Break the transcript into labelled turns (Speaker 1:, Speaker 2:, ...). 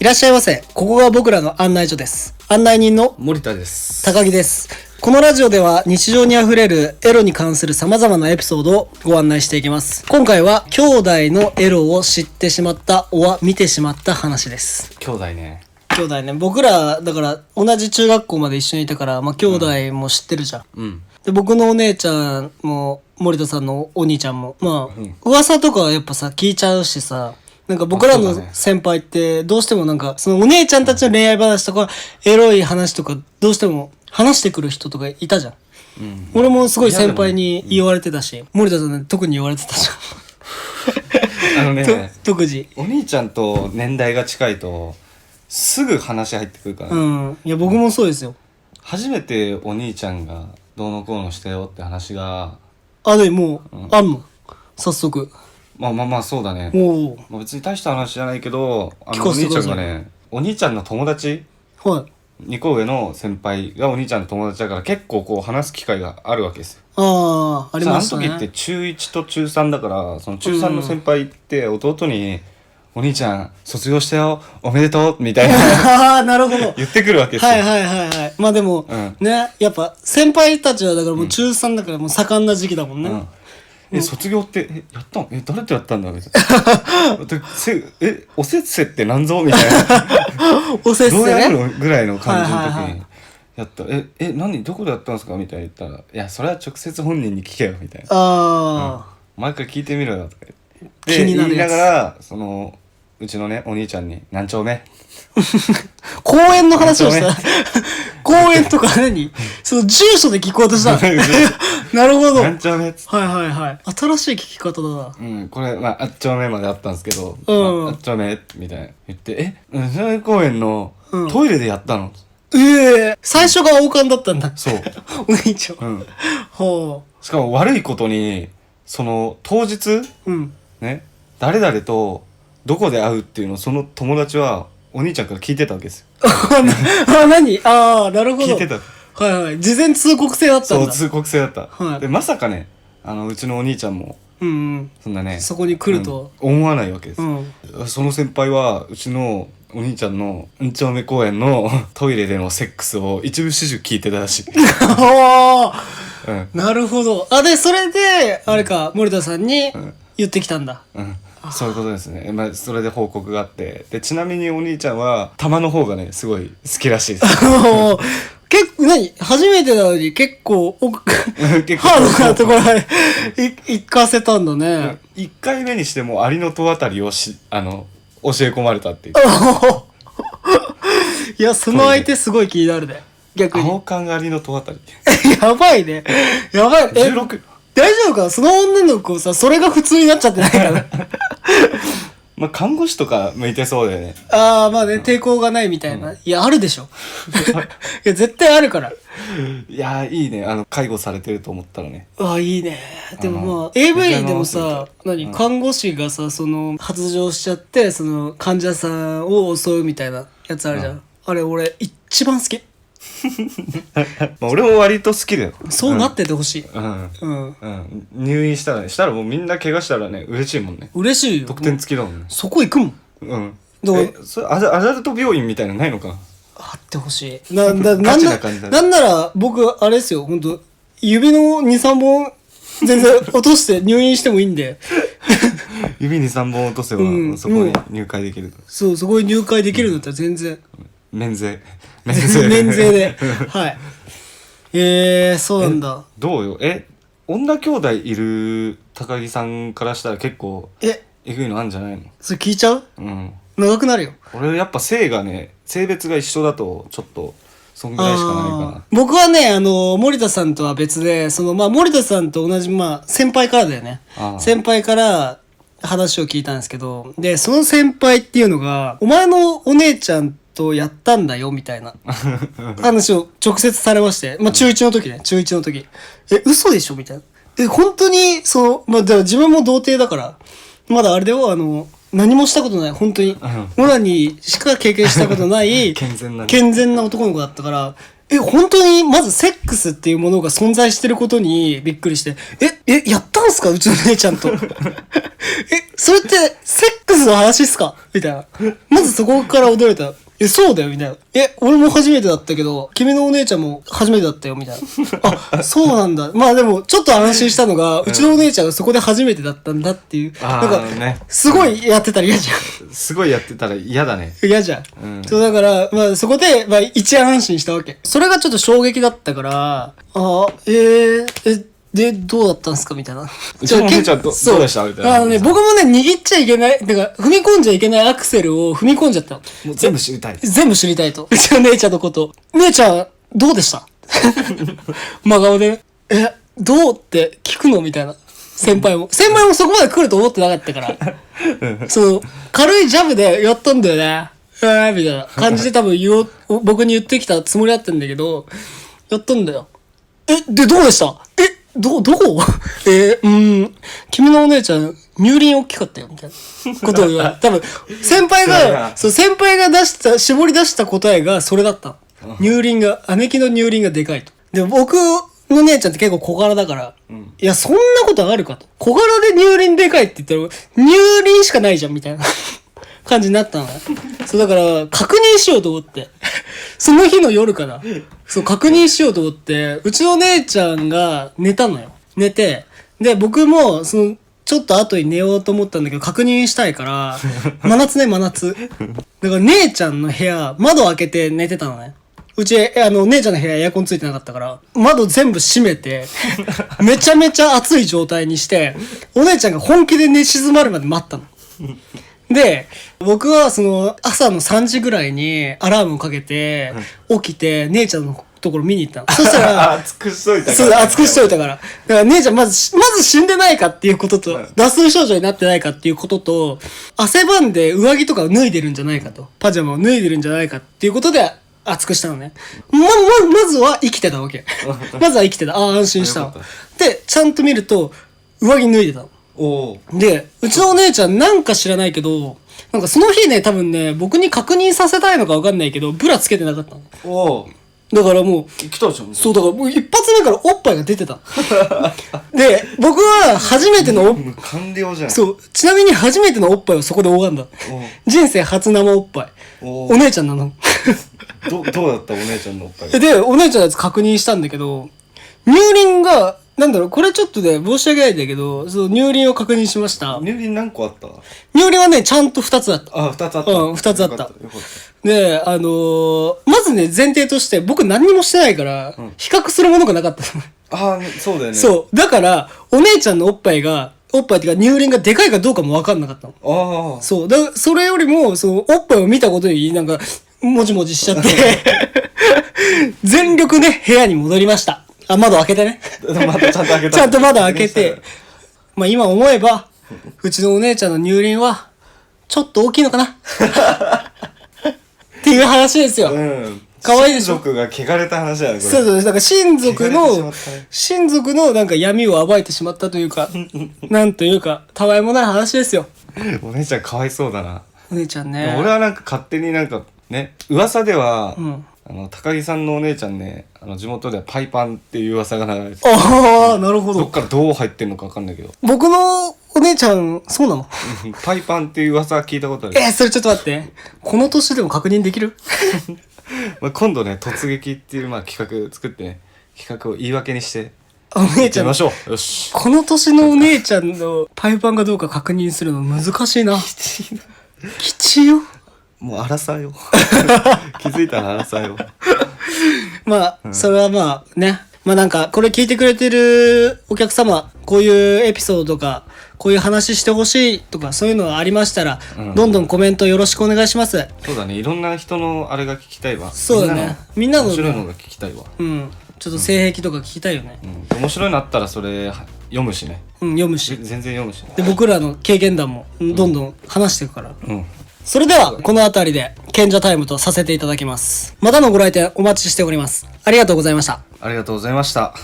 Speaker 1: いらっしゃいませ。ここが僕らの案内所です。案内人の
Speaker 2: 森田です。
Speaker 1: 高木です。このラジオでは日常にあふれるエロに関する様々なエピソードをご案内していきます。今回は兄弟のエロを知ってしまった、おは見てしまった話です。
Speaker 2: 兄弟ね。
Speaker 1: 兄弟ね、僕ら、だから同じ中学校まで一緒にいたから、まあ兄弟も知ってるじゃん。
Speaker 2: うん。
Speaker 1: で、僕のお姉ちゃんも、森田さんのお兄ちゃんも、まあ、
Speaker 2: うん
Speaker 1: 噂とかはやっぱさ、聞いちゃうしさ、なんか僕ら
Speaker 2: あ
Speaker 1: の
Speaker 2: そうだね
Speaker 1: 先輩って、どうしてもなんか、そのお姉ちゃんたちの恋愛話とか、エロい話とか、どうしても話してくる人とかいたじゃん。
Speaker 2: うん。
Speaker 1: 俺もすごい先輩に言われてたし、森田さんなんて特に言われてたじ
Speaker 2: あの
Speaker 1: ゃん。と
Speaker 2: ね、
Speaker 1: 特に。
Speaker 2: お兄ちゃんと年代が近いと、すぐ話入ってくるから、
Speaker 1: う
Speaker 2: ね
Speaker 1: ん。いや、僕もそうですよ。
Speaker 2: 初めてお兄ちゃんがどうのこうのしてよって話が、
Speaker 1: あ、でももう、あんの早速。
Speaker 2: まあまあまあそうだね。
Speaker 1: お
Speaker 2: まあ、別に大した話じゃないけど、あ
Speaker 1: 聞
Speaker 2: のお
Speaker 1: かせてく
Speaker 2: 兄ち
Speaker 1: だ
Speaker 2: ゃん
Speaker 1: さい
Speaker 2: がね、お兄ちゃんの友達、
Speaker 1: お。はい。
Speaker 2: 二個上の先輩がお兄ちゃんの友達だから結構こう話す機会があるわけですよ。
Speaker 1: ああ、ありましたね。
Speaker 2: あの時って中1と中3だからその中3の先輩って弟に「お兄ちゃん卒業したよおめでとう」みた いな
Speaker 1: ああ、なるほど。
Speaker 2: 言ってくるわけですよ。
Speaker 1: はいはいはいはい。まあでも、
Speaker 2: うん
Speaker 1: ね、やっぱ先輩たちはだからもう中3だからもう盛んな時期だもんね。
Speaker 2: うんえ卒業ってえやったんえ誰とやったんだみたいなで せえおせっせってなんぞみたいな
Speaker 1: おせっ
Speaker 2: どう
Speaker 1: せ
Speaker 2: やる
Speaker 1: ね。
Speaker 2: のぐらいの感じの時に、
Speaker 1: はいはいはい
Speaker 2: やったええ何どこでやったんですかみたいな言ったら「いやそれは直接本人に聞けよ」みたいな
Speaker 1: あ
Speaker 2: 「前から聞いてみろよ」とか言って
Speaker 1: 気になる
Speaker 2: 言い
Speaker 1: や
Speaker 2: な
Speaker 1: つ
Speaker 2: がらそのうちのねお兄ちゃんに「何丁目?」
Speaker 1: あ、公園の話をし
Speaker 2: そ
Speaker 1: た
Speaker 2: うね。
Speaker 1: 公園とか何その住所で聞こうと したのなるほど。は
Speaker 2: 何
Speaker 1: い
Speaker 2: 丁目っつって
Speaker 1: はいはい。新しい聞き方だな。
Speaker 2: うん、これ、まあ、あっちょめまであったんですけど、
Speaker 1: うん
Speaker 2: まあ、あっちょめみたいな言って、え、うんそれ公園の
Speaker 1: うん
Speaker 2: トイレでやったの、
Speaker 1: ええ最初が王冠だったんだ。
Speaker 2: そう。
Speaker 1: お兄ちゃん。
Speaker 2: うん。
Speaker 1: ほ
Speaker 2: しかも悪いことに、その、当日、
Speaker 1: う。うん。
Speaker 2: ね、誰々とどこで会うっていうのをその友達はお兄ちゃんから聞いてたわけですよ。
Speaker 1: あ、何ああ、なるほど。
Speaker 2: 聞いてた。
Speaker 1: はいはい。事前通告制だった
Speaker 2: そ
Speaker 1: ん
Speaker 2: う、
Speaker 1: だ。
Speaker 2: 通告制だった。
Speaker 1: はい
Speaker 2: で、まさかね、あの、うちのお兄ちゃんも、
Speaker 1: うんうん。
Speaker 2: そんなね、
Speaker 1: そこに来ると
Speaker 2: うん思わないわけです
Speaker 1: う。ん。
Speaker 2: その先輩はうちのお兄ちゃんのうんちょめ公園の トイレでのセックスを一部始終聞いてた らしい、
Speaker 1: おー
Speaker 2: うん
Speaker 1: なるほど。あ、で、それで、あれか、森田さんに
Speaker 2: ん
Speaker 1: 言ってきたんだ。
Speaker 2: うん、そういうことですね、まあ、それで報告があってでちなみにお兄ちゃんは玉の方がねすごい好きらしいです
Speaker 1: おー結構、何初めてなのに結構奥、
Speaker 2: 結構
Speaker 1: ハードなところへい行かせたんだね。
Speaker 2: 1回目にしてもアリの塔あたりをしあの教え込まれたっていう
Speaker 1: おーいや、その相手すごい気になるね。逆に。
Speaker 2: 青缶がアリの塔あたり
Speaker 1: やばいね。やばい。え、
Speaker 2: 16
Speaker 1: 大丈夫かなその女の子さ、それが普通になっちゃってない から。
Speaker 2: まあ看護師とか向いてそうだよね
Speaker 1: ああ、まあね、抵抗がないみたいな。いや、あるで しょ。いや、絶対あるから。
Speaker 2: いやーいいねあの介護されてると思った らね
Speaker 1: ああいいねでもまあ
Speaker 2: あの
Speaker 1: AV でもさ
Speaker 2: めちゃ回ってみたい
Speaker 1: 何
Speaker 2: うん
Speaker 1: 看護師がさその発情しちゃってその患者さんを襲うみたいなやつあるじゃん、
Speaker 2: うん
Speaker 1: あれ俺一番好き
Speaker 2: まあ俺も割と好きだよ
Speaker 1: そうなっててほしい
Speaker 2: うん
Speaker 1: うん、
Speaker 2: うん、入院したらねしたらもうみんな怪我したらね嬉しいもんね
Speaker 1: 嬉しいよ
Speaker 2: 得点
Speaker 1: も
Speaker 2: 付きだもんね
Speaker 1: うそこ行くもん
Speaker 2: うん
Speaker 1: どう
Speaker 2: えそれアダアダルト病院みたいなのないのか
Speaker 1: あってほしい ななな
Speaker 2: ガ
Speaker 1: ん
Speaker 2: チ
Speaker 1: な
Speaker 2: な感じだね
Speaker 1: なんなら僕あれですよ本当指の23本全 然落として入院してもいいんで
Speaker 2: 指に3本落とせば、
Speaker 1: うん
Speaker 2: そこ
Speaker 1: もう
Speaker 2: に入会できる
Speaker 1: そうそこに入会できるんだったら全然、
Speaker 2: 免税 免
Speaker 1: 全然免税ではいえー、そうなんだ
Speaker 2: どうよえ女兄弟いる高木さんからしたら結構
Speaker 1: え
Speaker 2: えぐいのあんじゃないの
Speaker 1: それ聞いちゃう
Speaker 2: うん
Speaker 1: 長くなるよ。
Speaker 2: 俺やっぱ性がね性別が一緒だとちょっとそんぐらいしかないか
Speaker 1: あー僕はね、あの、森田さんとは別で、その、まあ、森田さんと同じ、まあ、先輩からだよね
Speaker 2: あ。ー
Speaker 1: 先輩から話を聞いたんですけど、で、その先輩っていうのが、お前のお姉ちゃんとやったんだよ、みたいな 話を直接されまして、まあ、中1の時ね、中1の時。え、嘘でしょみたいな。え、本当に、その、まあ、だから自分も童貞だから、まだあれだよ、あの、何もしたことない、本当に。オナニーしか経験したことない、
Speaker 2: 健全なね
Speaker 1: 健全な男の子だったから、え、本当に、まずセックスっていうものが存在してることにびっくりして、え、え、やったんすかうちの姉ちゃんと。え、それって、セックスの話っすかみたいな。まずそこから驚いた。え、そうだよ、みたいな。え、俺も初めてだったけど、君のお姉ちゃんも初めてだったよ、みたいな。あ、そうなんだ。まあでも、ちょっと安心したのが、うちのお姉ちゃんがそこで初めてだったんだっていう。
Speaker 2: あ
Speaker 1: な
Speaker 2: ー
Speaker 1: んか、
Speaker 2: ね
Speaker 1: すごいやってたら嫌じゃん。
Speaker 2: すごいやってたら嫌だね。
Speaker 1: 嫌じゃん。
Speaker 2: うん
Speaker 1: そうだから、まあそこで、まあ一安心したわけ。それがちょっと衝撃だったから、ああ、えー、え、で、どうだったんすかみ たいな。
Speaker 2: うちのお姉ちゃんど
Speaker 1: 結構
Speaker 2: どうでしたみたいな
Speaker 1: あのね、僕もね、握っちゃいけない、てか、踏み込んじゃいけないアクセルを踏み込んじゃったの。
Speaker 2: もう全部知りたい。
Speaker 1: 全部知りたいと。 うちの姉ちゃんのこと。姉ちゃん、どうでした 真顔で。え、どうって聞くのみたいな。先輩も。先輩もそこまで来ると思ってなかったから。その、軽いジャブでやったんだよね。えー、みたいな感じで多分言おう、僕に言ってきたつもりだったんだけど、やったんだよ。え、で、どうでしたえ、ど、どこ えー、うーん、君のお姉ちゃん、乳輪大きかったよ、みたい なことを言われた。多分、先輩
Speaker 2: そうや
Speaker 1: が、
Speaker 2: な
Speaker 1: そう、先輩が出した、絞り出した答えがそれだったの。乳輪が、姉貴の乳輪がでかいと。でも僕の姉ちゃんって結構小柄だから、いや、そんなことあるかと。小柄で乳輪でかいって言ったら、乳輪しかないじゃん、みたいな感じになったのね。そう、だから、確認しようと思って。その日の夜から、そう、確認しようと思って、うちの姉ちゃんが寝たのよ。寝て、で、僕も、その、ちょっと後に寝ようと思ったんだけど、確認したいから、真夏ね、真夏。だから姉ちゃんの部屋、窓開けて寝てたのね。うち、えあの、姉ちゃんの部屋エアコンついてなかったから、窓全部閉めて、めちゃめちゃ暑い状態にして、お姉ちゃんが本気で寝静まるまで待ったの。で、僕はその朝の3時ぐらいにアラームをかけて、起きて、姉ちゃんのところ見に行 ったの。そしたら、
Speaker 2: あ、熱くしといた
Speaker 1: そうだ、熱くしといたから。だから姉ちゃん、まずし、まず死んでないかっていうことと
Speaker 2: うん、
Speaker 1: 脱水症状になってないかっていうことと、汗ばんで上着とかを脱いでるんじゃないかと、パジャマを脱いでるんじゃないかっていうことで、熱くしたのね。ま、ま、まずは生きてたわけ。まずは生きてた。ああ、安心したわ
Speaker 2: よかっ
Speaker 1: で、ちゃんと見ると、上着脱いでたの。
Speaker 2: おー
Speaker 1: で、うちのお姉ちゃんなんか知らないけど、なんかその日ね、多分ね、僕に確認させたいのかわかんないけど、ブラつけてなかったの。
Speaker 2: おー
Speaker 1: だからもう、
Speaker 2: 来たじゃん。
Speaker 1: そう、だからもう一発目からおっぱいが出てた。で、僕は初めてのおっ、
Speaker 2: もう完了じゃん。
Speaker 1: そう、ちなみに初めてのおっぱいをそこで拝んだ。人生初生おっぱい。
Speaker 2: お
Speaker 1: お姉ちゃんなの。
Speaker 2: どどうだったお姉ちゃんのおっぱいが。
Speaker 1: で、お姉ちゃんのやつ確認したんだけど、乳輪が、なんだろう、これちょっとね、申し訳ないんだけど、そう、乳輪を確認しました。
Speaker 2: 入輪何個あった
Speaker 1: 乳輪はね、ちゃんと2つだった。
Speaker 2: あ、二つあった。
Speaker 1: うん二つあった
Speaker 2: よかよかっ
Speaker 1: で、あのーまずね、前提として、僕何にもしてないから、比較するものがなかった。
Speaker 2: たあー、そうだよね。う。
Speaker 1: そう。だから、お姉ちゃんのおっぱいが、おっぱいっていうか乳輪がでかいかどうかもわかんなかったの。
Speaker 2: ああ。
Speaker 1: そう。だそれよりも、その、おっぱいを見たことに、なんか、もじもじしちゃって、全力で部屋に戻りました。あ、窓開けてね。
Speaker 2: またちゃんと開け た。
Speaker 1: ちゃんと窓開けて、まあ今思えば、うちのお姉ちゃんの乳輪は、ちょっと大きいのかなっていう話ですよ。
Speaker 2: うん。
Speaker 1: 可愛いでしょ
Speaker 2: 親族が汚れた話だよね、これ。
Speaker 1: そうそう、だから親族
Speaker 2: 汚れ
Speaker 1: の
Speaker 2: てしまったね、
Speaker 1: 親族のなんか闇を暴いてしまったというか、なんというか、たわいもない話ですよ。
Speaker 2: お姉ちゃんかわいそうだな。
Speaker 1: お姉ちゃんね。
Speaker 2: 俺はなんか勝手になんかね、噂では、
Speaker 1: ん
Speaker 2: あの、高木さんのお姉ちゃんね、あの、地元ではパイパンっていう噂が流れてて
Speaker 1: ああ、なるほ
Speaker 2: どっ
Speaker 1: ど。
Speaker 2: からどう入ってんのかわかんないけど。
Speaker 1: 僕のお姉ちゃん、そうなの
Speaker 2: パイパンっていう噂は聞いたことある。
Speaker 1: えー、それちょっと待って。この年でも確認できる
Speaker 2: まあ、今度ね、突撃っていう、まあ、企画作ってね、企画を言い訳にして、
Speaker 1: お姉ちゃ
Speaker 2: やり
Speaker 1: ん
Speaker 2: ま、しょう。よし。
Speaker 1: この年のお姉ちゃんのパイパンがどうか確認するの難しいな。きちよ。
Speaker 2: もう荒さよ。 気づいたら荒さよ。
Speaker 1: まあ、それはまあね。まあなんか、これ聞いてくれてるお客様、こういうエピソードとか、こういう話してほしいとか、そういうのがありましたら、
Speaker 2: うん
Speaker 1: どんどんコメントよろしくお願いします。
Speaker 2: そうだね、いろんな人のあれが聞きたいわ。
Speaker 1: そうだねみんなの
Speaker 2: 面白いのが聞きたいわ。
Speaker 1: うん。ちょっと性癖とか聞きたいよね
Speaker 2: う。ん、面白いのあったらそれは読むしね。
Speaker 1: うん、読む
Speaker 2: ぜ
Speaker 1: し。
Speaker 2: 全然読むしね。
Speaker 1: で、僕らの経験談も、うんどんどん話していくから。
Speaker 2: うん。
Speaker 1: それでは、この辺りで、賢者タイムとさせていただきます。またのご来店お待ちしております。ありがとうございました。
Speaker 2: ありがとうございました。